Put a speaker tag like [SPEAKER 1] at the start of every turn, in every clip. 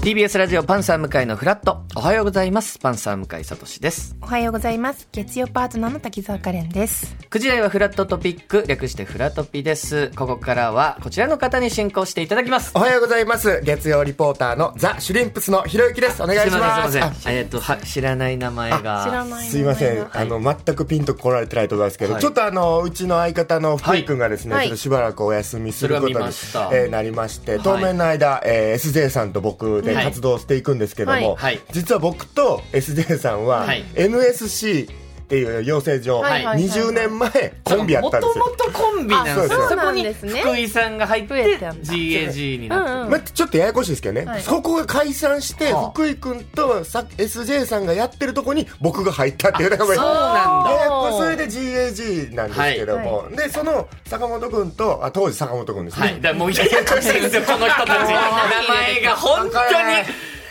[SPEAKER 1] TBS ラジオパンサー向井のフラットおはようございますパンサー向井聡です
[SPEAKER 2] おはようございます月曜パートナーの滝沢カレンです
[SPEAKER 1] 9時台はフラットトピック略してフラトピですここからはこちらの方に進行していただきます
[SPEAKER 3] おはようございます。月曜リポーターのザ・シュリンプスのひろゆきです。お願いします。
[SPEAKER 1] いませんすいませんえっとは知らない名前が
[SPEAKER 2] 知らない
[SPEAKER 3] すいませ
[SPEAKER 2] 名前
[SPEAKER 3] ん
[SPEAKER 2] が、
[SPEAKER 3] あの、全くピンと来られてないと思いますけど、
[SPEAKER 1] はい
[SPEAKER 3] ちょっとあの、うちの相方の福井くんがですね、
[SPEAKER 2] はい
[SPEAKER 3] ちょっとしばらくお休みすることに、
[SPEAKER 1] それ
[SPEAKER 3] え
[SPEAKER 1] は見ました
[SPEAKER 3] ーなりまして、
[SPEAKER 1] い
[SPEAKER 3] 当面の間、えー SJ さんと僕で活動していくんですけども、
[SPEAKER 1] はいはい
[SPEAKER 3] 実は僕と SJ さんは、
[SPEAKER 1] はい
[SPEAKER 3] NSC っていう養成所、
[SPEAKER 2] はい
[SPEAKER 1] はい
[SPEAKER 2] はい
[SPEAKER 3] 20年前コンビやったんですよ。
[SPEAKER 1] もともとコンビなんですよ
[SPEAKER 3] あそう
[SPEAKER 1] そこ
[SPEAKER 2] なん
[SPEAKER 1] に
[SPEAKER 2] ですね
[SPEAKER 1] 福井さんが入って
[SPEAKER 2] 増えてたんだ
[SPEAKER 1] GAG になった、
[SPEAKER 2] うんうん
[SPEAKER 3] まあ、ちょっとややこしいですけどね、
[SPEAKER 2] はい
[SPEAKER 3] そこが解散して、
[SPEAKER 1] はあ
[SPEAKER 3] 福井君とさ SJ さんがやってるとこに僕が入ったっていうのがこれ
[SPEAKER 1] そうなんだ
[SPEAKER 3] ややこそれで GAG なんですけども、でその坂本君とあ当時坂本君ですね、
[SPEAKER 1] はい。だからもうややこしいですよ、この人たち。名前が本当に、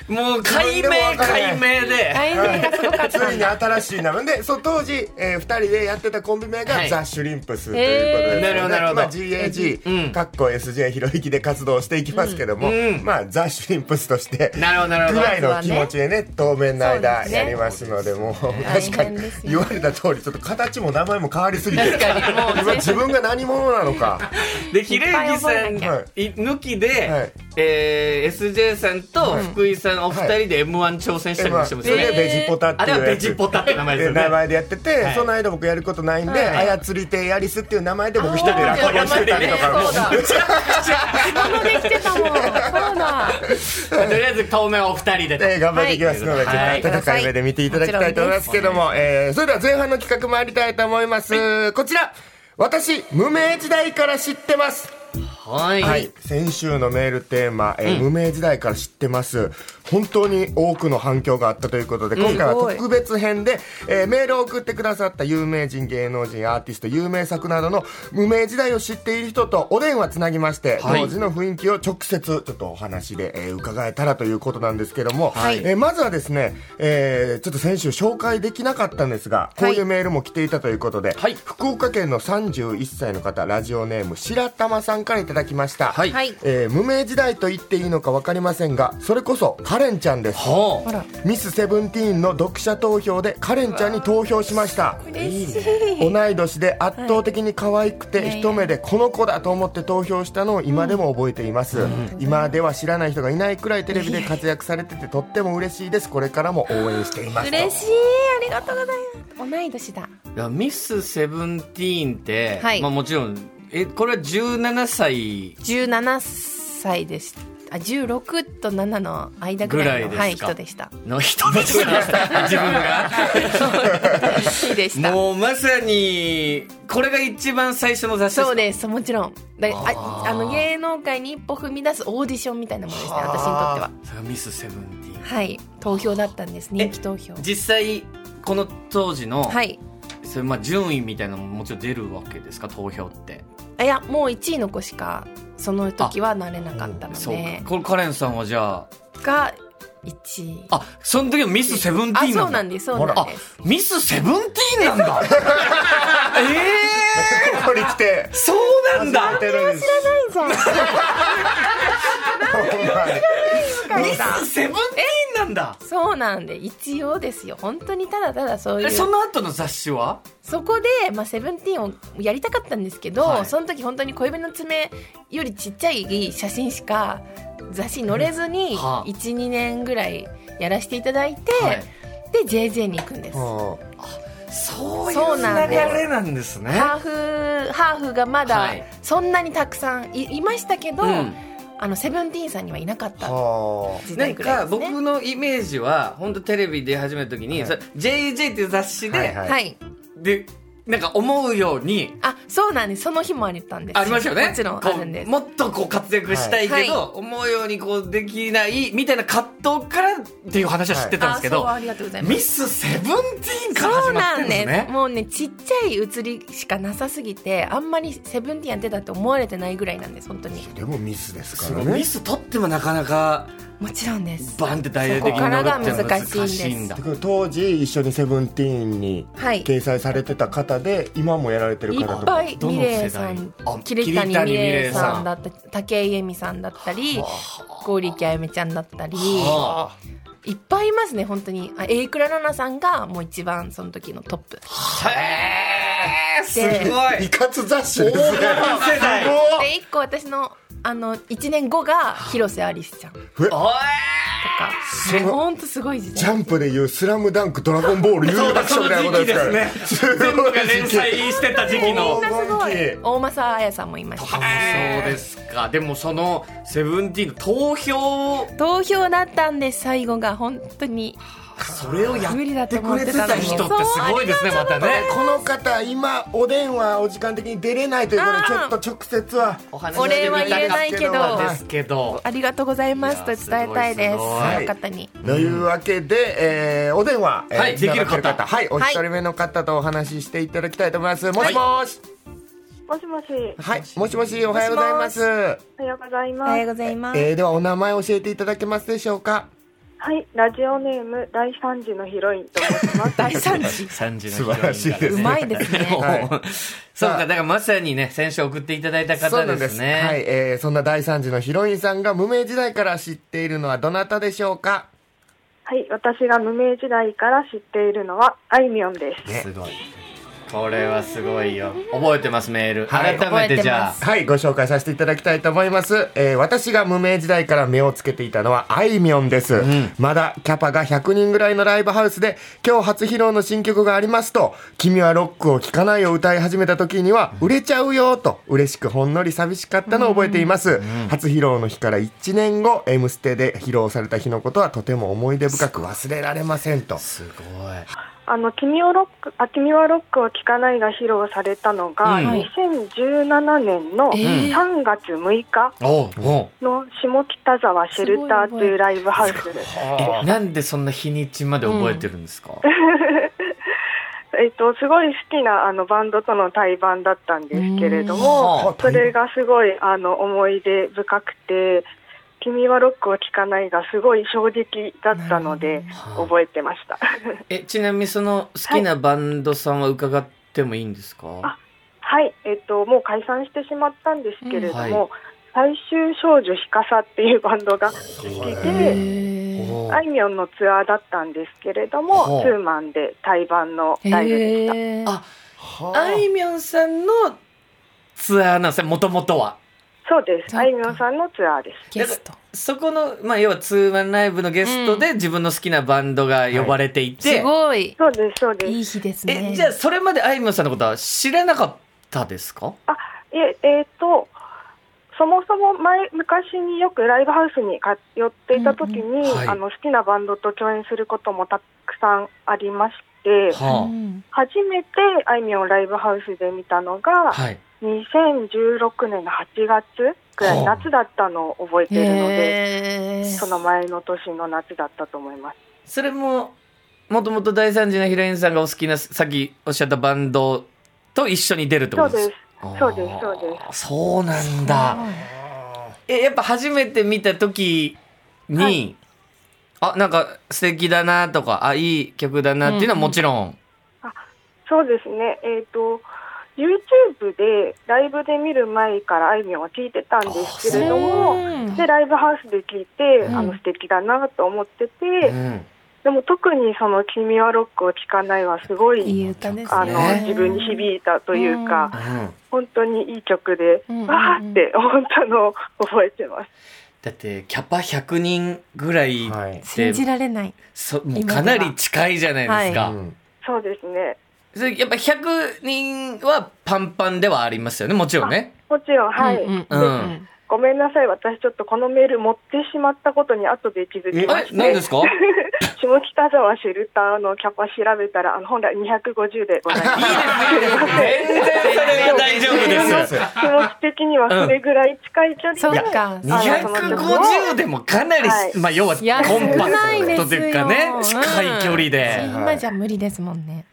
[SPEAKER 1] もう解明解明で。
[SPEAKER 2] 大変がすごかっ
[SPEAKER 3] つ
[SPEAKER 2] た
[SPEAKER 3] いに新しい名前でその当時、え2人でやってたコンビ名が、
[SPEAKER 1] はい
[SPEAKER 3] ザ・シュリンプスということで、
[SPEAKER 1] へーなるほどなるほど
[SPEAKER 3] まあ、GAG、
[SPEAKER 1] うん
[SPEAKER 3] かっこ SJ ひろゆきで活動していきますけども、
[SPEAKER 1] うん
[SPEAKER 3] まあザ・シュリンプスとして
[SPEAKER 1] なるほど、なるほ
[SPEAKER 3] ぐ
[SPEAKER 1] ど。
[SPEAKER 3] らいの気持ちでね当面の
[SPEAKER 2] そう
[SPEAKER 3] 間
[SPEAKER 2] ですね
[SPEAKER 3] やりますのでもう確か
[SPEAKER 2] 大変
[SPEAKER 3] に
[SPEAKER 2] ですよね
[SPEAKER 3] 言われた通りちょっと形も名前も変わりすぎて
[SPEAKER 1] 確かにもう
[SPEAKER 3] 今自分が何者なのか
[SPEAKER 1] で、ひろゆきさ
[SPEAKER 2] いっぱい覚え
[SPEAKER 1] ん
[SPEAKER 2] なき
[SPEAKER 3] ゃ
[SPEAKER 1] い抜きで、
[SPEAKER 3] はい
[SPEAKER 1] えー SJ さんと福井さんお二人で M1 挑戦したりもしてます
[SPEAKER 3] そ
[SPEAKER 1] よね。
[SPEAKER 3] れでベジポタって
[SPEAKER 1] あれは
[SPEAKER 3] いうや
[SPEAKER 1] ベ
[SPEAKER 3] つ
[SPEAKER 1] ジポタって名前ですよね。
[SPEAKER 3] 名前でやってて、
[SPEAKER 1] はい
[SPEAKER 3] その間僕やることないんで、
[SPEAKER 1] はい
[SPEAKER 3] 操り手ヤリスっていう名前で僕一人で落語してたりと
[SPEAKER 1] あー
[SPEAKER 3] か
[SPEAKER 1] そうだ
[SPEAKER 2] めちゃできてたもんそうだ
[SPEAKER 1] とりあえず当面お二人でと。
[SPEAKER 3] えー頑張っていきますので、
[SPEAKER 1] はい
[SPEAKER 3] ちょっと温かい目で見ていただきたいと思いますけども、えーそれでは前半の企画参りたいと思います、こちら私無名時代から知ってます
[SPEAKER 1] はい。
[SPEAKER 3] はい、先週のメールテーマ、えー無名時代から知ってます本当に多くの反響があったということで今回は特別編で、えーメールを送ってくださった有名人芸能人アーティスト有名作などの無名時代を知っている人とお電話つなぎまして、
[SPEAKER 1] はい
[SPEAKER 3] 当時の雰囲気を直接ちょっとお話で、えー伺えたらということなんですけども、
[SPEAKER 1] はい
[SPEAKER 3] えーまずはですね、えーちょっと先週紹介できなかったんですがこういうメールも来ていたということで、
[SPEAKER 1] はい
[SPEAKER 3] 福岡県の31歳の方ラジオネーム白玉さんからいただきました、
[SPEAKER 1] はい
[SPEAKER 2] はい
[SPEAKER 3] えー無名時代と言っていいのか分かりませんがそれこそカレンちゃんです
[SPEAKER 1] ほう
[SPEAKER 2] あら
[SPEAKER 3] ミスセブンティーンの読者投票でカレンちゃんに投票しました
[SPEAKER 2] 嬉しい
[SPEAKER 3] 同い年で圧倒的に可愛くて、
[SPEAKER 2] はい
[SPEAKER 3] 一目でこの子だと思って投票したのを今でも覚えています、今では知らない人がいないくらいテレビで活躍されててとっても嬉しいですこれからも応援していますと
[SPEAKER 2] 嬉しいありがとうございます同い年だ
[SPEAKER 1] いやミスセブンティーンって、
[SPEAKER 2] はい
[SPEAKER 1] まあもちろん、え、これは17歳
[SPEAKER 2] 17歳でしたあ16と7の間ぐらいの
[SPEAKER 1] ぐら
[SPEAKER 2] はいい
[SPEAKER 1] ですか
[SPEAKER 2] 人でした
[SPEAKER 1] の人でした。自分が。
[SPEAKER 2] いいでした
[SPEAKER 1] もうまさにこれが一番最初の雑誌
[SPEAKER 2] そう
[SPEAKER 1] で
[SPEAKER 2] ですもちろんだあ
[SPEAKER 1] あー
[SPEAKER 2] あの芸能界に一歩踏み出すオーディションみたいなものですね私にとっては
[SPEAKER 1] すかそれがミスセブンティーン
[SPEAKER 2] はい投票だったんです人気投票
[SPEAKER 1] 実際この当時の、
[SPEAKER 2] はい
[SPEAKER 1] それまあ順位みたいなのももちろん出るわけですか投票って
[SPEAKER 2] あいやもう1位の子しかその時はなれなかったの
[SPEAKER 1] そう
[SPEAKER 2] で
[SPEAKER 1] かこれカレンさんはじゃあ
[SPEAKER 2] が1位
[SPEAKER 1] あその時のミスセブンティー
[SPEAKER 2] あ
[SPEAKER 1] ンなんだ
[SPEAKER 2] そうなんですそうなんです
[SPEAKER 1] ミスセブンティーンなんだええ
[SPEAKER 3] ここに来て
[SPEAKER 1] ー、そうなんだ
[SPEAKER 3] 知らない
[SPEAKER 2] じゃん
[SPEAKER 1] ミスセブンティーンなんだ
[SPEAKER 2] そうなんで一応ですよ本当にただただそうい
[SPEAKER 1] え
[SPEAKER 2] う
[SPEAKER 1] そ
[SPEAKER 2] そ
[SPEAKER 1] の後の雑誌は
[SPEAKER 2] こで、まあ、セブンティーンをやりたかったんですけど、
[SPEAKER 1] はい
[SPEAKER 2] その時本当に小指の爪よりちっちゃい写真しか雑誌に載れずに
[SPEAKER 1] うんはあ
[SPEAKER 2] 12、年ぐらいやらせていただいて、
[SPEAKER 1] はい
[SPEAKER 2] で JJ に行くんです。
[SPEAKER 1] そういう
[SPEAKER 2] そう
[SPEAKER 1] 流
[SPEAKER 2] なんです
[SPEAKER 1] れなんですね
[SPEAKER 2] ハーフハーフがま
[SPEAKER 1] は
[SPEAKER 2] だ
[SPEAKER 1] い
[SPEAKER 2] そんなにたくさんいいましたけど、
[SPEAKER 1] うん
[SPEAKER 2] あのセブンティーンさんにはいなかった
[SPEAKER 3] は
[SPEAKER 2] 時
[SPEAKER 1] なん
[SPEAKER 2] 代くら
[SPEAKER 1] か
[SPEAKER 2] いですね。
[SPEAKER 1] 僕のイメージは本当テレビ出始めた時に、
[SPEAKER 3] はい
[SPEAKER 1] それ JJ っていう雑誌で、
[SPEAKER 3] はいはい
[SPEAKER 2] はい、
[SPEAKER 1] でなんか思うように
[SPEAKER 2] あそうなんですその日もあったんです
[SPEAKER 1] ありますよね
[SPEAKER 2] もちろんあるんで
[SPEAKER 1] こ
[SPEAKER 2] す
[SPEAKER 1] うもっとこう活躍したいけど、
[SPEAKER 2] はいはい
[SPEAKER 1] 思うようにこうできないみたいな葛藤からっていう話は知ってたんですけど、
[SPEAKER 2] あそうありがとうございます
[SPEAKER 1] ミスセブンティーンから
[SPEAKER 2] そ
[SPEAKER 1] 始
[SPEAKER 2] う
[SPEAKER 1] まっ
[SPEAKER 2] な
[SPEAKER 1] てる
[SPEAKER 2] ん
[SPEAKER 1] んです
[SPEAKER 2] です
[SPEAKER 1] ね
[SPEAKER 2] もうねちっちゃい写りしかなさすぎてあんまりセブンティーンやってたって思われてないぐらいなんです本当に
[SPEAKER 3] あでもミスですか
[SPEAKER 1] すご
[SPEAKER 3] ら
[SPEAKER 1] い
[SPEAKER 3] ね
[SPEAKER 1] ミス取ってもなかなか
[SPEAKER 2] もちろんです
[SPEAKER 1] バンって大々的に載るっていうのは
[SPEAKER 2] そこからが
[SPEAKER 1] 難
[SPEAKER 2] 難しいんです
[SPEAKER 1] しいんだ
[SPEAKER 3] 当時一緒に「セブンティーンに
[SPEAKER 2] はい
[SPEAKER 3] 掲載されてた方で今もやられてる
[SPEAKER 2] い
[SPEAKER 3] 方
[SPEAKER 2] っ
[SPEAKER 3] と
[SPEAKER 2] ぱ
[SPEAKER 3] か
[SPEAKER 2] い
[SPEAKER 1] どの
[SPEAKER 2] ミ
[SPEAKER 1] 世代
[SPEAKER 2] レイさん
[SPEAKER 1] あ
[SPEAKER 2] 桐谷
[SPEAKER 1] 桐
[SPEAKER 2] 美
[SPEAKER 1] 谷美
[SPEAKER 2] 玲
[SPEAKER 1] 玲さん
[SPEAKER 2] さんだったり武井絵美さんだったり剛力彩芽ちゃんだったり
[SPEAKER 1] はい
[SPEAKER 2] っぱいいますね本当にあ A 倉奈々さんがもう一番その時のトップ
[SPEAKER 1] あへえすごい
[SPEAKER 3] いかつ雑誌ですね
[SPEAKER 1] 黄金世代
[SPEAKER 3] すごい
[SPEAKER 2] で一個私のあの1年後が広瀬アリスちゃんと
[SPEAKER 1] おい
[SPEAKER 2] か
[SPEAKER 3] の
[SPEAKER 2] もうほんとすごい時
[SPEAKER 3] ジ
[SPEAKER 2] 代
[SPEAKER 3] ャンプでいう「スラムダンクドラゴンボール」有
[SPEAKER 1] そうだ
[SPEAKER 3] 楽
[SPEAKER 1] そ
[SPEAKER 3] 書
[SPEAKER 1] の
[SPEAKER 3] みたいなこ
[SPEAKER 1] 時期
[SPEAKER 3] とです
[SPEAKER 1] です
[SPEAKER 3] から
[SPEAKER 1] ね全部が連載してた時期の
[SPEAKER 2] みんなすごい大政彩さんもいました
[SPEAKER 1] あそうですかでもそのセブンティーンの投票
[SPEAKER 2] 投票だったんです最後が本当に
[SPEAKER 1] それをやっ
[SPEAKER 2] 無理だと
[SPEAKER 1] て
[SPEAKER 2] 思
[SPEAKER 1] く
[SPEAKER 2] っ
[SPEAKER 1] れ
[SPEAKER 2] て
[SPEAKER 1] て
[SPEAKER 2] た
[SPEAKER 1] た
[SPEAKER 2] のに
[SPEAKER 1] 人ってすごいですねまたね
[SPEAKER 3] この方今お電話お時間的に出れないということでちょっと直接は
[SPEAKER 1] お話し
[SPEAKER 2] お
[SPEAKER 1] してみ
[SPEAKER 2] 礼は
[SPEAKER 1] た
[SPEAKER 2] 言え
[SPEAKER 1] かっ
[SPEAKER 2] ないけど
[SPEAKER 1] たんですけど
[SPEAKER 2] ありがとうございますと伝えたいです
[SPEAKER 1] いやす
[SPEAKER 2] そ
[SPEAKER 1] ごいすごい
[SPEAKER 2] の方に
[SPEAKER 3] というわけで、えーお電話、えー
[SPEAKER 1] はい
[SPEAKER 3] つながって
[SPEAKER 1] できる方
[SPEAKER 3] はいお一人目の方とお話ししていただきたいと思います、もしもし
[SPEAKER 4] もしもし。
[SPEAKER 3] はい、もしもしおはようございます
[SPEAKER 4] おはようござい
[SPEAKER 2] お
[SPEAKER 4] ます。
[SPEAKER 2] はようございます
[SPEAKER 3] えーではお名前教えていただけますでしょうか
[SPEAKER 4] はい、ラジオネーム第三次のヒロインと申しま す。
[SPEAKER 2] 大惨事
[SPEAKER 1] 3時の
[SPEAKER 3] 素晴らしいです
[SPEAKER 2] うまいですね
[SPEAKER 3] は
[SPEAKER 1] そうかだからまさにね先週送っていただいた
[SPEAKER 3] そう
[SPEAKER 1] 方
[SPEAKER 3] なん
[SPEAKER 1] です
[SPEAKER 3] は
[SPEAKER 1] ね
[SPEAKER 3] い、えーそんな大惨事のヒロインさんが無名時代から知っているのはどなたでしょうか
[SPEAKER 4] はい、私が無名時代から知っているのはあいみょんです。
[SPEAKER 1] すごいこれはすごいよ覚えてますメール
[SPEAKER 3] はい
[SPEAKER 1] 改めてじゃあ
[SPEAKER 3] はい、ご紹介させていただきたいと思います。えー私が無名時代から目をつけていたのはあいみょんです、まだキャパが100人ぐらいのライブハウスで、今日初披露の新曲がありますと、君はロックを聴かないを歌い始めた時には、売れちゃうよと、嬉しくほんのり寂しかったのを覚えています。初披露の日から1年後、M ステで披露された日のことはとても思い出深く忘れられませんと。
[SPEAKER 1] すごい
[SPEAKER 4] あの君をロック、あ君はロックを聴かないが披露されたのが、
[SPEAKER 1] うん
[SPEAKER 4] 2017年の
[SPEAKER 2] えー
[SPEAKER 4] 3月6日
[SPEAKER 1] おうおう
[SPEAKER 4] の下北沢シェルターというライブハウスで、
[SPEAKER 1] えなんでそんな日にちまで覚えてるんですか、
[SPEAKER 4] えっとすごい好きなあのバンドとの対バンだったんですけれども。
[SPEAKER 1] は
[SPEAKER 4] それがすごいあの思い出深くて「君はロックを聴かない」がすごい衝撃だったので覚えてました。
[SPEAKER 1] あえちなみにその好きなバンドさんは伺ってもいいんですか、
[SPEAKER 4] あはい、えっと、もう解散してしまったんですけれども、
[SPEAKER 1] うんは
[SPEAKER 4] 最終少女ひかさっていうバンドがいて、
[SPEAKER 2] え
[SPEAKER 1] おう
[SPEAKER 4] あいみょんのツアーだったんですけれども、
[SPEAKER 1] ほう
[SPEAKER 4] ツーマンで対バンのライブでした。
[SPEAKER 2] え
[SPEAKER 1] ああいみょんさんのツアーなんですねもともとは
[SPEAKER 4] そうです。
[SPEAKER 2] そうか
[SPEAKER 4] あいみょんさんのツアーです。
[SPEAKER 2] ゲスト
[SPEAKER 1] そこの、まあ、要はツーマンライブのゲストで自分の好きなバンドが呼ばれていて、
[SPEAKER 2] すごい
[SPEAKER 4] そうです、そうです。
[SPEAKER 2] いい日ですね
[SPEAKER 1] えじゃあそれまであいみょんさんのことは知らなかったですか
[SPEAKER 4] いえ、えーと、そもそも前、昔によくライブハウスにか寄っていた時に、
[SPEAKER 1] んはい
[SPEAKER 4] あの、好きなバンドと共演することもたくさんありまして、
[SPEAKER 1] は
[SPEAKER 2] うん
[SPEAKER 4] 初めてあいみょんをライブハウスで見たの
[SPEAKER 1] あ、
[SPEAKER 4] が、
[SPEAKER 1] はい、
[SPEAKER 4] 2016年の8月くらい、
[SPEAKER 1] はあ
[SPEAKER 4] 夏だったのを覚えているの
[SPEAKER 2] へ
[SPEAKER 4] で、
[SPEAKER 2] ー
[SPEAKER 4] その前の年の夏だったと思います。
[SPEAKER 1] それももともと大惨事のヒロインさんがお好きなさっきおっしゃったバンドと一緒に出るって
[SPEAKER 4] そ
[SPEAKER 1] こ
[SPEAKER 4] う
[SPEAKER 1] とで
[SPEAKER 4] ですす
[SPEAKER 1] か。
[SPEAKER 4] そうですそうで
[SPEAKER 1] ですそうなんだえやっぱ初めて見た時に、あなんか素敵だなとかあいい曲だなっていうのはもちろん、
[SPEAKER 4] そうですね。えっ、と、YouTube でライブで見る前からあいみょんは聞いてたんですけれども、
[SPEAKER 2] うん
[SPEAKER 4] でライブハウスで聞いて、
[SPEAKER 1] うん
[SPEAKER 4] あの素敵だなと思ってて、
[SPEAKER 1] うん
[SPEAKER 4] でも特にその「君はロックを聴かない」はすごい
[SPEAKER 2] いい歌ですね
[SPEAKER 4] あの自分に響いたというか、
[SPEAKER 1] うん
[SPEAKER 4] 本当にいい曲で、
[SPEAKER 2] うんうんうん
[SPEAKER 4] わーって思ったのを 覚えてます。
[SPEAKER 1] だってキャパ100人ぐらい
[SPEAKER 3] は
[SPEAKER 1] っ
[SPEAKER 3] い
[SPEAKER 1] て、
[SPEAKER 2] 信じられない
[SPEAKER 1] そもうかなり近いじゃないですか、
[SPEAKER 3] うん
[SPEAKER 4] そうですね
[SPEAKER 1] それやっぱ100人はパンパンではありますよねもちろんね
[SPEAKER 4] もちろんはい、
[SPEAKER 2] うんうん
[SPEAKER 1] う、
[SPEAKER 2] うんん
[SPEAKER 4] ごめんなさい私ちょっとこのメール持ってしまったことに後で気づき
[SPEAKER 1] あ
[SPEAKER 4] ま
[SPEAKER 1] れ
[SPEAKER 4] し
[SPEAKER 1] 何で
[SPEAKER 4] て
[SPEAKER 1] すか
[SPEAKER 4] 下北沢シェルターのキャパ調べたらあの本来250でございます。
[SPEAKER 1] 全然それは大丈 夫です
[SPEAKER 4] 気持ち的にはそれぐらい近い距離で、
[SPEAKER 2] そっか
[SPEAKER 4] いや
[SPEAKER 1] 250でもかなり、
[SPEAKER 4] はい
[SPEAKER 1] まあ要はコンパクトというかね
[SPEAKER 2] いや少ないですよ
[SPEAKER 1] 近い距離で、
[SPEAKER 3] うん
[SPEAKER 2] 今じゃ無理ですもんね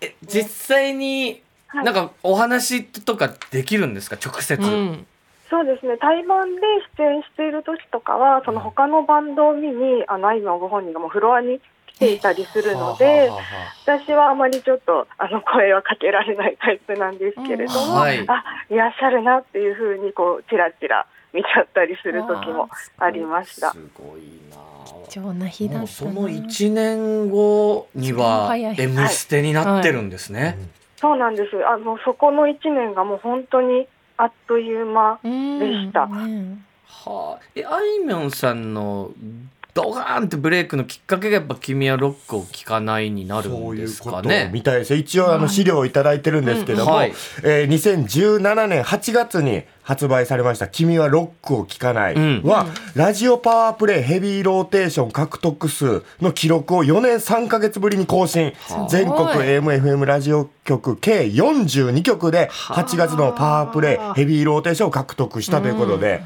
[SPEAKER 1] え実際になんかお話とかできるんですか直接、
[SPEAKER 2] うん
[SPEAKER 4] そうですね対バンで出演している時とかはその他のバンドを見にあのあいみょんご本人がもうフロアに来ていたりするの
[SPEAKER 1] は
[SPEAKER 4] で
[SPEAKER 1] あはあは
[SPEAKER 4] 私はあまりちょっとあの声はかけられないタイプなんですけれども、
[SPEAKER 1] うんはい
[SPEAKER 4] あいらっしゃるなっていうふうにこうちらちら見ちゃったりする時もありまし
[SPEAKER 1] あ
[SPEAKER 4] た
[SPEAKER 1] す。ごいな
[SPEAKER 2] 貴重な日
[SPEAKER 1] も
[SPEAKER 2] だったな
[SPEAKER 1] うその1年後には「
[SPEAKER 2] それも早い
[SPEAKER 1] M ステ」になってるんですね、
[SPEAKER 4] そうなんですあのそこの1年がもう本当にあっという間
[SPEAKER 2] うん
[SPEAKER 4] でした
[SPEAKER 2] ね
[SPEAKER 1] はあ、えあいみょんさんのドガーンってブレイクのきっかけがやっぱ「君はロックを聴かない」になる
[SPEAKER 3] そ
[SPEAKER 1] ん
[SPEAKER 3] うい
[SPEAKER 1] で
[SPEAKER 3] う
[SPEAKER 1] す
[SPEAKER 3] こ
[SPEAKER 1] か
[SPEAKER 3] と
[SPEAKER 1] ね。
[SPEAKER 3] みたいですよ一応あの資料をいただいてるんですけども、
[SPEAKER 1] うんはい
[SPEAKER 3] えー2017年8月に発売されました「君はロックを聴かない」
[SPEAKER 1] うん
[SPEAKER 3] は、ラジオパワープレイヘビーローテーション獲得数の記録を4年3ヶ月ぶりに更新
[SPEAKER 1] はあ
[SPEAKER 3] 全国 AMFM ラジオ局計42局で8月のパワープレイヘビーローテーションを獲得したということで、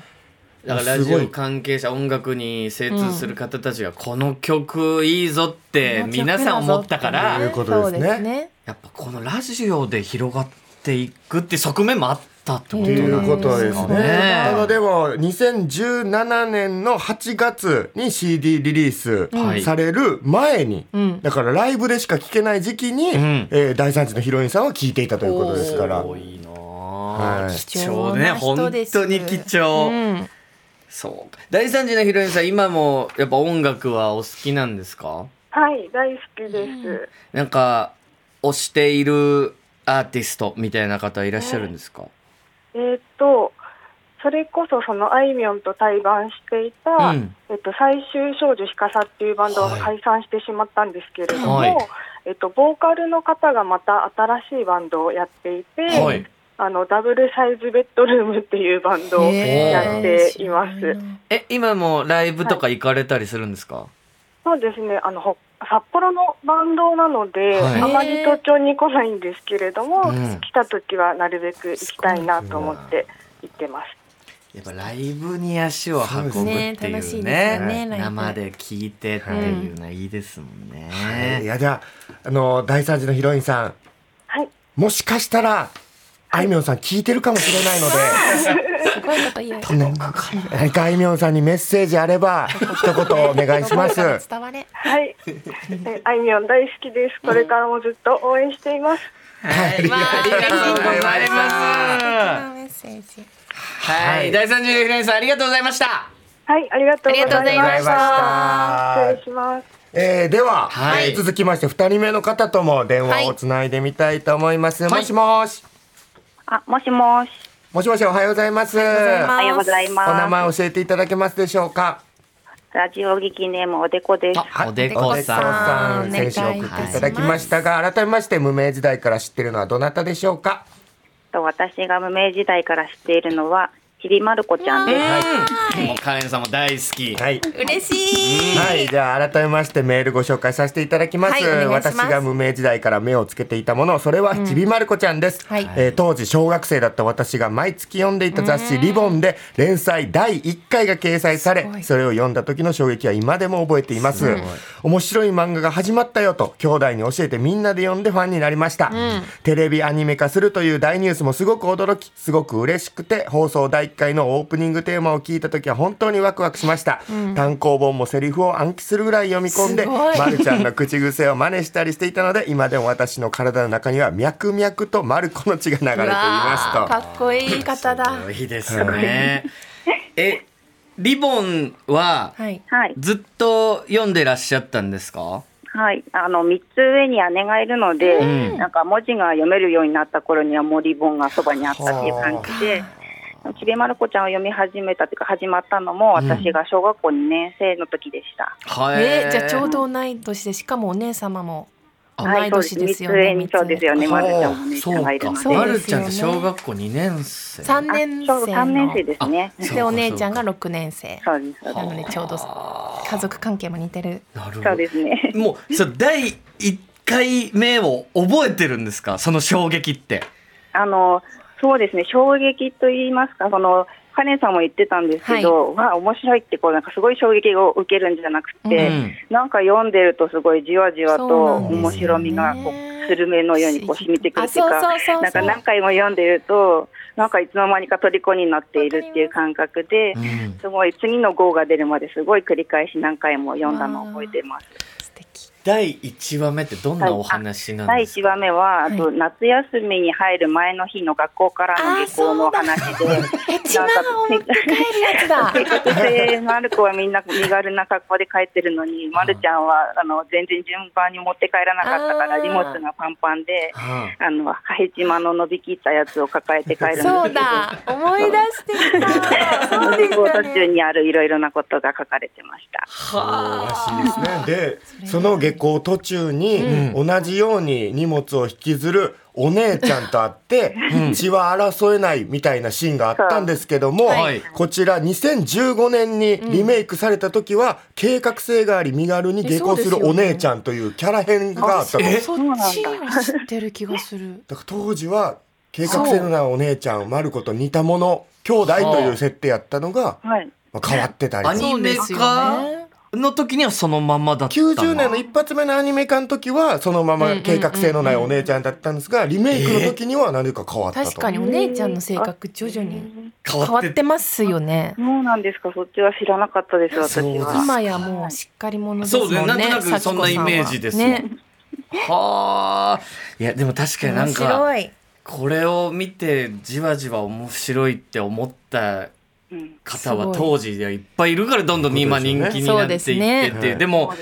[SPEAKER 1] だからラジオ関係者音楽に精通する方たちがこの曲いいぞって皆さん思ったから
[SPEAKER 3] ということですね
[SPEAKER 2] そうね
[SPEAKER 1] やっぱこのラジオで広がっていくって側面もあったってこと
[SPEAKER 3] とい
[SPEAKER 1] な
[SPEAKER 3] うんこと
[SPEAKER 1] で
[SPEAKER 3] ですす
[SPEAKER 1] か
[SPEAKER 3] ね。ただ
[SPEAKER 1] ね。
[SPEAKER 3] でも2017年の8月に CD リリー
[SPEAKER 1] はい
[SPEAKER 3] スされる前に、
[SPEAKER 2] ん
[SPEAKER 3] だからライブでしか聴けない時期に、
[SPEAKER 1] ん
[SPEAKER 3] えー大惨事のヒロインさんは聴いていたということですから。
[SPEAKER 1] おーいいなあ、
[SPEAKER 3] はい
[SPEAKER 1] 貴重ね
[SPEAKER 2] 貴重
[SPEAKER 1] 本
[SPEAKER 2] な人です
[SPEAKER 1] 当に貴重。
[SPEAKER 2] うん
[SPEAKER 1] そうか大惨事のヒロインさん今もやっぱ音楽はお好きなんですか
[SPEAKER 4] はい大好きです。
[SPEAKER 1] なんか推しているアーティストみたいな方いらっしゃるんですか、
[SPEAKER 4] えーっとそれこそそのあいみょんと対バンしていた、
[SPEAKER 1] うん
[SPEAKER 4] えっと、最終少女ひかさっていうバンド
[SPEAKER 1] は
[SPEAKER 4] が
[SPEAKER 1] い
[SPEAKER 4] 解散してしまったんですけれども、
[SPEAKER 1] はい
[SPEAKER 4] えっと、ボーカルの方がまた新しいバンドをやっていて、
[SPEAKER 1] はい
[SPEAKER 4] あのダブルサイズベッドルームっていうバンドを
[SPEAKER 1] へー
[SPEAKER 4] やっています。
[SPEAKER 1] え今もライブとか行かれたりするんですか、
[SPEAKER 4] そうですねあのほ札幌のバンドなので、
[SPEAKER 1] はい
[SPEAKER 4] あまり東京に来ないんですけれども、
[SPEAKER 1] うん
[SPEAKER 4] 来た時はなるべく行きたいなと思って行ってます。
[SPEAKER 1] やっぱライブに足を運ぶっていうね
[SPEAKER 2] そうですね楽しいですよねライブ
[SPEAKER 1] 生で聴いてっていうのはいいですもんね、
[SPEAKER 3] はいいやじゃあ、あの大惨事のヒロインさん
[SPEAKER 4] はい
[SPEAKER 3] もしかしたらあいみょんさん聞いてるかもしれないので。
[SPEAKER 2] すごいこと言う
[SPEAKER 3] 何かあいみょんさんにメッセージあれば一言お願いします。
[SPEAKER 2] 伝われ
[SPEAKER 4] はい。えあいみょん大好きです。これからもずっと応援しています。
[SPEAKER 1] はいまあありがとうございます
[SPEAKER 2] メッセージ
[SPEAKER 1] はい大惨事のヒロインさんありがとうございました
[SPEAKER 4] はい、ありがとうございま
[SPEAKER 2] ありが
[SPEAKER 4] した。
[SPEAKER 2] とうございました
[SPEAKER 4] 失礼します。
[SPEAKER 3] えー、では、
[SPEAKER 1] はい
[SPEAKER 3] えー続きまして2人目の方とも電話をつないでみたいと思います、
[SPEAKER 1] はい
[SPEAKER 3] もしもし
[SPEAKER 5] あ、もしもし。
[SPEAKER 3] もしもしおはようございますお
[SPEAKER 5] おはようございます。
[SPEAKER 3] 名前教えていただけますでしょうか
[SPEAKER 5] ラジオ劇ネームおでこです。
[SPEAKER 1] あおでこさん
[SPEAKER 3] さ
[SPEAKER 2] お
[SPEAKER 3] ん
[SPEAKER 2] でこ
[SPEAKER 3] 先週
[SPEAKER 2] さん
[SPEAKER 3] 送っていただきましたが改めまして無名時代から知ってるのはどなたでしょうか
[SPEAKER 5] と私が無名時代から知っているのは、ひびまる子ちゃんです。
[SPEAKER 1] もうカエンさんも大好き、
[SPEAKER 3] はい
[SPEAKER 2] 嬉しい
[SPEAKER 3] はい、じゃあ改めましてメールご紹介させていただきます。
[SPEAKER 2] はいお願いします
[SPEAKER 3] 私が無名時代から目をつけていたもの、それはちびまる子ちゃんです、
[SPEAKER 2] はい
[SPEAKER 3] えー当時小学生だった私が毎月読んでいた雑誌リボンで連載第1回が掲載さ
[SPEAKER 2] すご
[SPEAKER 3] れ、
[SPEAKER 2] い
[SPEAKER 3] それを読んだ時の衝撃は今でも覚えています。面白い漫画が始まったよと兄弟に教えてみんなで読んでファンになりました。テレビアニメ化するという大ニュースもすごく驚き、すごく嬉しくて放送第1回のオープニングテーマを聞いた時は本当にワクワクしました。単行本もセリフを暗記するぐらい読み込んで、
[SPEAKER 2] すごい
[SPEAKER 3] まるちゃんの口癖を真似したりしていたので、今でも私の体の中には脈々とまる子の血が流れていますと。
[SPEAKER 2] かっこいい方だ
[SPEAKER 1] すごいですね。え、リボンは
[SPEAKER 2] はい
[SPEAKER 5] はい。
[SPEAKER 1] ずっと読んでらっしゃったんですか？
[SPEAKER 5] はい。あの、三つ上に姉がいるので、
[SPEAKER 1] うん
[SPEAKER 5] なんか文字が読めるようになった頃にはもうリボンがそばにあったっていう感じで、ちびまる子ちゃんを読み始めたっていうか始まったのも私が小学校2年生の時でした。
[SPEAKER 1] は
[SPEAKER 2] えじゃあちょうど同い年でしかもお姉様も同
[SPEAKER 5] はいい、そうで
[SPEAKER 2] 年です
[SPEAKER 5] す。三つ
[SPEAKER 2] よね
[SPEAKER 5] 上にそうですよね、まるちゃんも姉ちゃんがいるの
[SPEAKER 2] そう
[SPEAKER 5] で。
[SPEAKER 1] ま
[SPEAKER 2] か
[SPEAKER 1] るちゃんって小学校二年生。
[SPEAKER 2] 三
[SPEAKER 5] あ
[SPEAKER 2] 年
[SPEAKER 5] 小
[SPEAKER 2] 生
[SPEAKER 5] 学3年生
[SPEAKER 2] の
[SPEAKER 5] ですね。
[SPEAKER 1] あそう
[SPEAKER 2] で
[SPEAKER 1] か
[SPEAKER 2] お姉ちゃんが六年生
[SPEAKER 5] そうです。そうです
[SPEAKER 2] なのでちょうど家族関係も似てる
[SPEAKER 1] なるほ
[SPEAKER 5] そう
[SPEAKER 1] ど。
[SPEAKER 5] ですね。
[SPEAKER 1] もうそう第一回目を覚えてるんですか？その衝撃って。
[SPEAKER 5] あのそうですね、衝撃と言いますか、そのカレンさんも言ってたんですけど、わあ面白いってこうなんかすごい衝撃を受けるんじゃなくて、
[SPEAKER 1] うん
[SPEAKER 5] なんか読んでるとすごいじわじわと
[SPEAKER 2] そうなんですよね
[SPEAKER 5] 面白みがこうスルメのようにこう染みてくるっていうか、
[SPEAKER 2] あそうそうそうそう
[SPEAKER 5] なんか何回も読んでるとなんかいつの間にか虜になっているっていう感覚で、
[SPEAKER 1] うん
[SPEAKER 5] すごい次の号が出るまですごい繰り返し何回も読んだのを覚えてます。
[SPEAKER 2] 素敵
[SPEAKER 1] 第1話目ってどんなお話なん
[SPEAKER 5] 第
[SPEAKER 1] です
[SPEAKER 5] 1
[SPEAKER 1] か
[SPEAKER 5] 話目は、あ
[SPEAKER 2] い
[SPEAKER 5] と夏休みに入る前の日の学校からの下校のお話で、なんか
[SPEAKER 2] えちまを持って帰るやつだ
[SPEAKER 5] 計画性のある子はみんな身軽な格好で帰ってるのに、まるちゃんはあの全然順番に持って帰らなかったか
[SPEAKER 2] あ
[SPEAKER 5] ら
[SPEAKER 2] ー
[SPEAKER 5] 荷物がパンパンで、
[SPEAKER 1] はい
[SPEAKER 5] あのへちまの伸びきったやつを抱えて帰るんですけど
[SPEAKER 2] そうだ思い出してきた
[SPEAKER 5] そ
[SPEAKER 2] そう
[SPEAKER 5] の
[SPEAKER 2] で
[SPEAKER 5] 旅
[SPEAKER 2] し
[SPEAKER 5] 行
[SPEAKER 2] た
[SPEAKER 5] 途中
[SPEAKER 2] ね
[SPEAKER 5] にあるいろいろなことが書かれてました。
[SPEAKER 3] らしいですね。で、その下校途中に、
[SPEAKER 1] う
[SPEAKER 3] 同じように荷物を引きずるお姉ちゃんと会って、血は争えないみたいなシーンがあったんですけども、
[SPEAKER 1] はい
[SPEAKER 3] こちら2015年にリメイクされた時は、計画性があり身軽に下校するお姉ちゃんというキャラ編があったの。
[SPEAKER 1] え
[SPEAKER 2] そっちを知ってる気がする
[SPEAKER 3] だから当時は、計画性のないお姉ちゃん、まる子と似たもの、兄弟という設定やったのが、
[SPEAKER 5] はい。
[SPEAKER 3] まあ変わってたりと
[SPEAKER 1] ア
[SPEAKER 3] か
[SPEAKER 1] ニメ
[SPEAKER 2] そうです
[SPEAKER 1] 化
[SPEAKER 2] よね
[SPEAKER 1] の時にはそのままだったの
[SPEAKER 3] 90年の一発目のアニメ化の時はそのまま計画性のないお姉ちゃんだったんですがリメイクの時には何か変わったと、
[SPEAKER 2] 確かにお姉ちゃんの性格徐々に
[SPEAKER 1] 変
[SPEAKER 2] 変わってますよね
[SPEAKER 5] そうなんですか。そっちは知らなかったです。私
[SPEAKER 1] そうです
[SPEAKER 5] は。
[SPEAKER 2] 今やもうしっかり者ですも
[SPEAKER 1] そ
[SPEAKER 2] ん
[SPEAKER 1] うね
[SPEAKER 2] ね
[SPEAKER 1] なんとなくそんなイメージですもん
[SPEAKER 2] ね
[SPEAKER 1] はあいやでも確かにな
[SPEAKER 2] 面
[SPEAKER 1] んか
[SPEAKER 2] 白い
[SPEAKER 1] これを見てじわじわ面白いって思った
[SPEAKER 5] うん
[SPEAKER 1] 方
[SPEAKER 2] す
[SPEAKER 1] は
[SPEAKER 2] ごい
[SPEAKER 1] 当時ではいっぱいいるからどんどん今人気になっていって
[SPEAKER 2] そうで
[SPEAKER 1] て
[SPEAKER 2] す
[SPEAKER 1] で,、
[SPEAKER 3] ねはい
[SPEAKER 1] も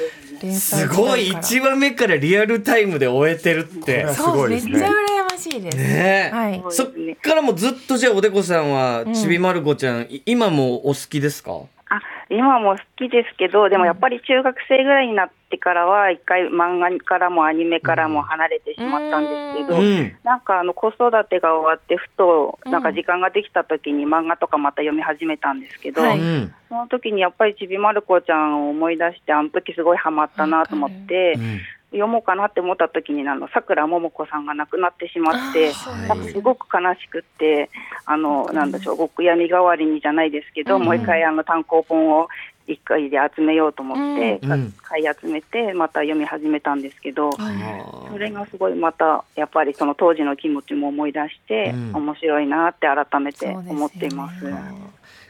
[SPEAKER 2] 連
[SPEAKER 1] す
[SPEAKER 2] 載時代
[SPEAKER 1] ごい
[SPEAKER 2] から
[SPEAKER 1] 1話目からリアルタイムで終えてるって
[SPEAKER 3] こ
[SPEAKER 2] そうめっ
[SPEAKER 3] すごい
[SPEAKER 2] ちゃ
[SPEAKER 3] ですね
[SPEAKER 2] 羨ましいです、
[SPEAKER 1] ねえ、
[SPEAKER 2] はい
[SPEAKER 1] そっからもうずっとじゃあおでこさんは
[SPEAKER 2] うん
[SPEAKER 1] ちびまる子ちゃん、い今もお好きですか
[SPEAKER 5] あ、今も好きですけど、でもやっぱり中学生ぐらいになってからは一回漫画からもアニメからも離れてしまったんですけ
[SPEAKER 1] う
[SPEAKER 5] ど。
[SPEAKER 1] ん
[SPEAKER 5] なんかあの子育てが終わってふとなんか時間ができた時に漫画とかまた読み始めたんですけど、
[SPEAKER 2] は
[SPEAKER 1] う
[SPEAKER 2] い
[SPEAKER 1] ん
[SPEAKER 5] その時にやっぱりちびまる子ちゃんを思い出してあの時すごいハマったなと思って、
[SPEAKER 1] うん
[SPEAKER 5] 読もうかなって思った時にあのさくらももこさんが亡くなってしまって
[SPEAKER 2] あー
[SPEAKER 5] なん
[SPEAKER 1] は
[SPEAKER 5] か
[SPEAKER 1] い
[SPEAKER 5] すごく悲しくってあのなんでしょう極闇代わりにじゃないですけど、
[SPEAKER 2] うん
[SPEAKER 5] もう一回あの単行本を一回で集めようと思って、
[SPEAKER 1] う
[SPEAKER 5] か
[SPEAKER 1] ん
[SPEAKER 5] 買い集めてまた読み始めたんですけど、
[SPEAKER 1] あ
[SPEAKER 5] それがすごいまたやっぱりその当時の気持ちも思い出して、
[SPEAKER 1] うん
[SPEAKER 5] 面白いなって改めて思っています。
[SPEAKER 2] そうですよね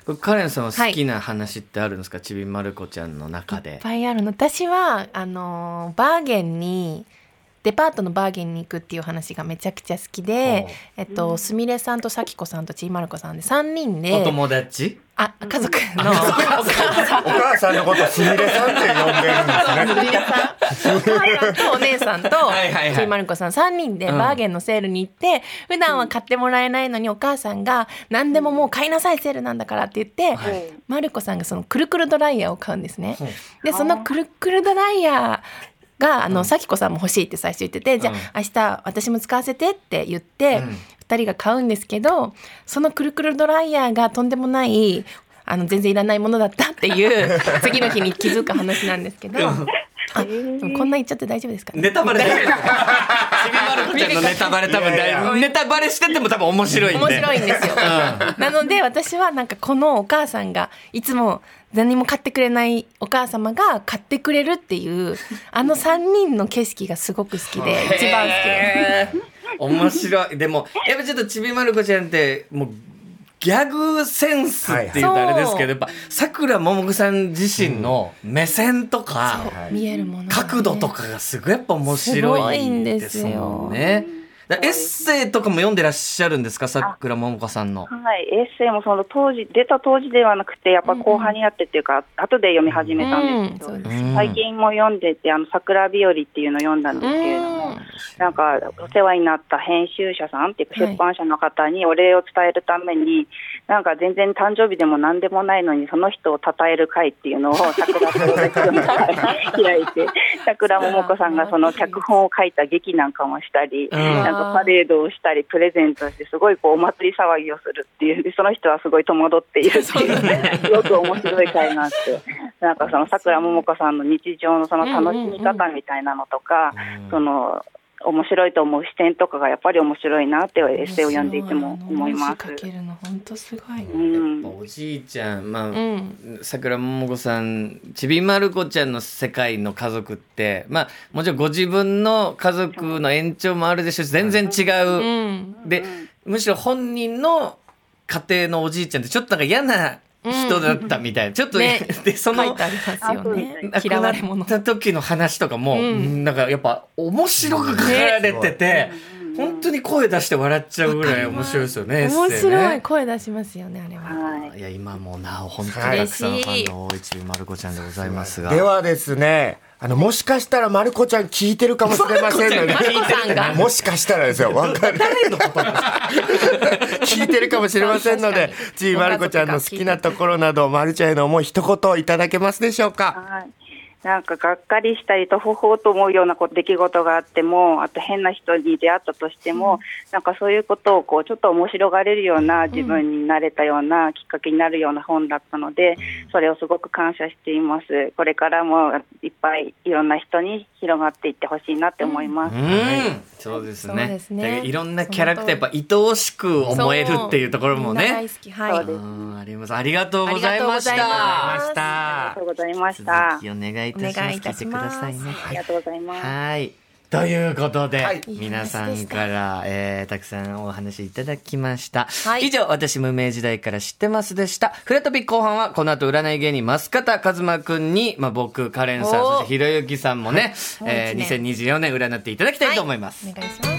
[SPEAKER 1] ーカレンさんは好きな話ってあるんですか、ちびまる子ちゃんの中
[SPEAKER 2] いっ
[SPEAKER 1] で
[SPEAKER 2] ぱいあるの私はあのーバーゲンにデパートのバーゲンに行くっていう話がめちゃくちゃ好きで、えっと、すみれさんとさきこさんとちいまる子さんで3人
[SPEAKER 1] おお
[SPEAKER 2] で
[SPEAKER 1] 友達
[SPEAKER 2] あ家族 の
[SPEAKER 3] お母さんのことすみれさんって呼んでるんです
[SPEAKER 2] す
[SPEAKER 3] ね
[SPEAKER 2] みれさんお母さんとお姉さんと
[SPEAKER 1] い はいはい
[SPEAKER 2] ちいまる子さん3人でバーゲンのセールに行って、普段は買ってもらえないのにお母さんが「何でももう買いなさいセールなんだから」って言って、
[SPEAKER 1] はい
[SPEAKER 2] まる子さんがそのくるくるドライヤーを買うんですね
[SPEAKER 1] ほう。
[SPEAKER 2] でそのくるくるドライヤーがあの、咲子さんも欲しいって最初言ってて、じゃあ明日私も使わせてって言って、
[SPEAKER 1] うん
[SPEAKER 2] 2人が買うんですけどそのくるくるドライヤーがとんでもないあの全然いらないものだったっていう次の日に気づく話なんですけど。あでもこんな言っちゃって大丈夫ですかね
[SPEAKER 1] ネタバレ だけどちびまる子ちゃんのネタバレ多分だい
[SPEAKER 3] いやいや
[SPEAKER 1] ネタバレしてても多分面白いんで
[SPEAKER 2] 面白いんですよ、なので私はなんかこのお母さんがいつも何も買ってくれないお母様が買ってくれるっていうあの3人の景色がすごく好きで一番好きです
[SPEAKER 1] 好き面白いでもやっぱちょっとちびまる子ちゃんってもうギャグセンスっていうとあれですけど、やっぱさくらももこさん自身の目線とか、
[SPEAKER 2] 見えるものがね、
[SPEAKER 1] 角度とかがすごいやっぱ面白いですもんね。だからエッセイとかも読んでらっしゃるんですかさくらももこさんの。
[SPEAKER 5] はい、エッセイもその当時出た当時ではなくてやっぱ後半になってっていうか、後で読み始めたんですけど、
[SPEAKER 2] うんそう
[SPEAKER 1] です
[SPEAKER 5] 最近も読んでて「あの桜日和」っていうのを読んだんですけれども、なんかお世話になった編集者さんっていうか
[SPEAKER 2] はい
[SPEAKER 5] 出版社の方にお礼を伝えるために、なんか全然誕生日でも何でもないのにその人を称える会っていうのを桜と開 いて桜桃子さんがその脚本を書いた劇なんかもしたり、
[SPEAKER 1] うん
[SPEAKER 5] なんかパレードをしたりプレゼントしてすごいこうお祭り騒ぎをするっていうでその人はすごい戸惑っているっていうすごく面白い会があってなんかその桜桃子さんの日常のその楽しみ方みたいなのとか、その面白いと思う視点とかがやっぱり面白いなってエッセイを読んでいても思いま
[SPEAKER 2] 文
[SPEAKER 5] す
[SPEAKER 2] 字。かけるの本当すごい。
[SPEAKER 5] う
[SPEAKER 1] やっ
[SPEAKER 5] ん
[SPEAKER 1] ぱ、おじいちゃんまあ、
[SPEAKER 2] うん。
[SPEAKER 1] 桜ももこさんちびまる子ちゃんの世界の家族ってまあもちろんご自分の家族の延長もあるでしょうし全然違う、
[SPEAKER 2] うん。
[SPEAKER 1] でむしろ本人の家庭のおじいちゃんってちょっとなんか嫌な人だったみたいな、ちょっと、
[SPEAKER 2] ね
[SPEAKER 1] でそ
[SPEAKER 2] 書
[SPEAKER 1] の
[SPEAKER 2] いてありますよね
[SPEAKER 1] 亡く
[SPEAKER 2] 嫌
[SPEAKER 1] な
[SPEAKER 2] わ
[SPEAKER 1] っ
[SPEAKER 2] れ者
[SPEAKER 1] た時の話とかも、
[SPEAKER 2] うん
[SPEAKER 1] なんかやっぱ面白く書かれてて、本当に声出して笑っちゃうぐらい面白いですよね。エッセイ
[SPEAKER 2] 面白
[SPEAKER 1] ね
[SPEAKER 2] い声出しますよねあれは
[SPEAKER 5] はい
[SPEAKER 1] いや今もなお本当に
[SPEAKER 3] はい
[SPEAKER 1] たくさんのファンの大一まる子ちゃんでございますが。
[SPEAKER 3] ではですね、あの、もしかしたら、まるこちゃん聞いてるかもしれませんので
[SPEAKER 2] ま、るこさんが
[SPEAKER 3] もしかしたらですよ、わかる。聞いてるかもしれませんの
[SPEAKER 2] 確
[SPEAKER 3] で
[SPEAKER 2] か、に
[SPEAKER 3] ちーまる子ちゃんの好きなところなど、まるちゃんへの思い、一言いただけますでしょうか。
[SPEAKER 5] はいなんかがっかりしたりとほほうと思うようなこう出来事があってもあと変な人に出会ったとしても、なんかそういうことをこうちょっと面白がれるような自分になれたような、きっかけになるような本だったのでそれをすごく感謝していますこれからもいっぱいいろんな人に広がっていってほしいなって思います、
[SPEAKER 1] うん、そうですね。
[SPEAKER 2] そうですね
[SPEAKER 1] だからいろんなキャラクターやっぱ愛おしく思えるっていうところも
[SPEAKER 2] そうみんな大
[SPEAKER 1] ね。
[SPEAKER 2] 好きはい
[SPEAKER 1] うんあります。ありがとうございました。
[SPEAKER 2] ありがとうございます
[SPEAKER 5] ありがとう
[SPEAKER 1] 続
[SPEAKER 5] ございました
[SPEAKER 1] きお願いいたし
[SPEAKER 2] お
[SPEAKER 1] ま
[SPEAKER 2] 願い
[SPEAKER 1] す。
[SPEAKER 2] いた
[SPEAKER 1] 聞い
[SPEAKER 2] して
[SPEAKER 1] く
[SPEAKER 2] ま
[SPEAKER 1] だ
[SPEAKER 2] す
[SPEAKER 1] さいね。
[SPEAKER 5] ありがとうございます
[SPEAKER 1] はい。ということで、
[SPEAKER 3] はい
[SPEAKER 1] 皆さんから、えー、たくさんお話いただきました。
[SPEAKER 2] はい
[SPEAKER 1] 以上、私無名時代から知ってますでした。フラトピ後半は、この後占い芸人、増方和馬くんに、まあ、僕、カレンさん、
[SPEAKER 2] おー
[SPEAKER 1] そしてひろゆきさんもね、
[SPEAKER 2] はい
[SPEAKER 1] えー、
[SPEAKER 2] そうです
[SPEAKER 1] 2024年占っていただきたいと思います。
[SPEAKER 2] お願いします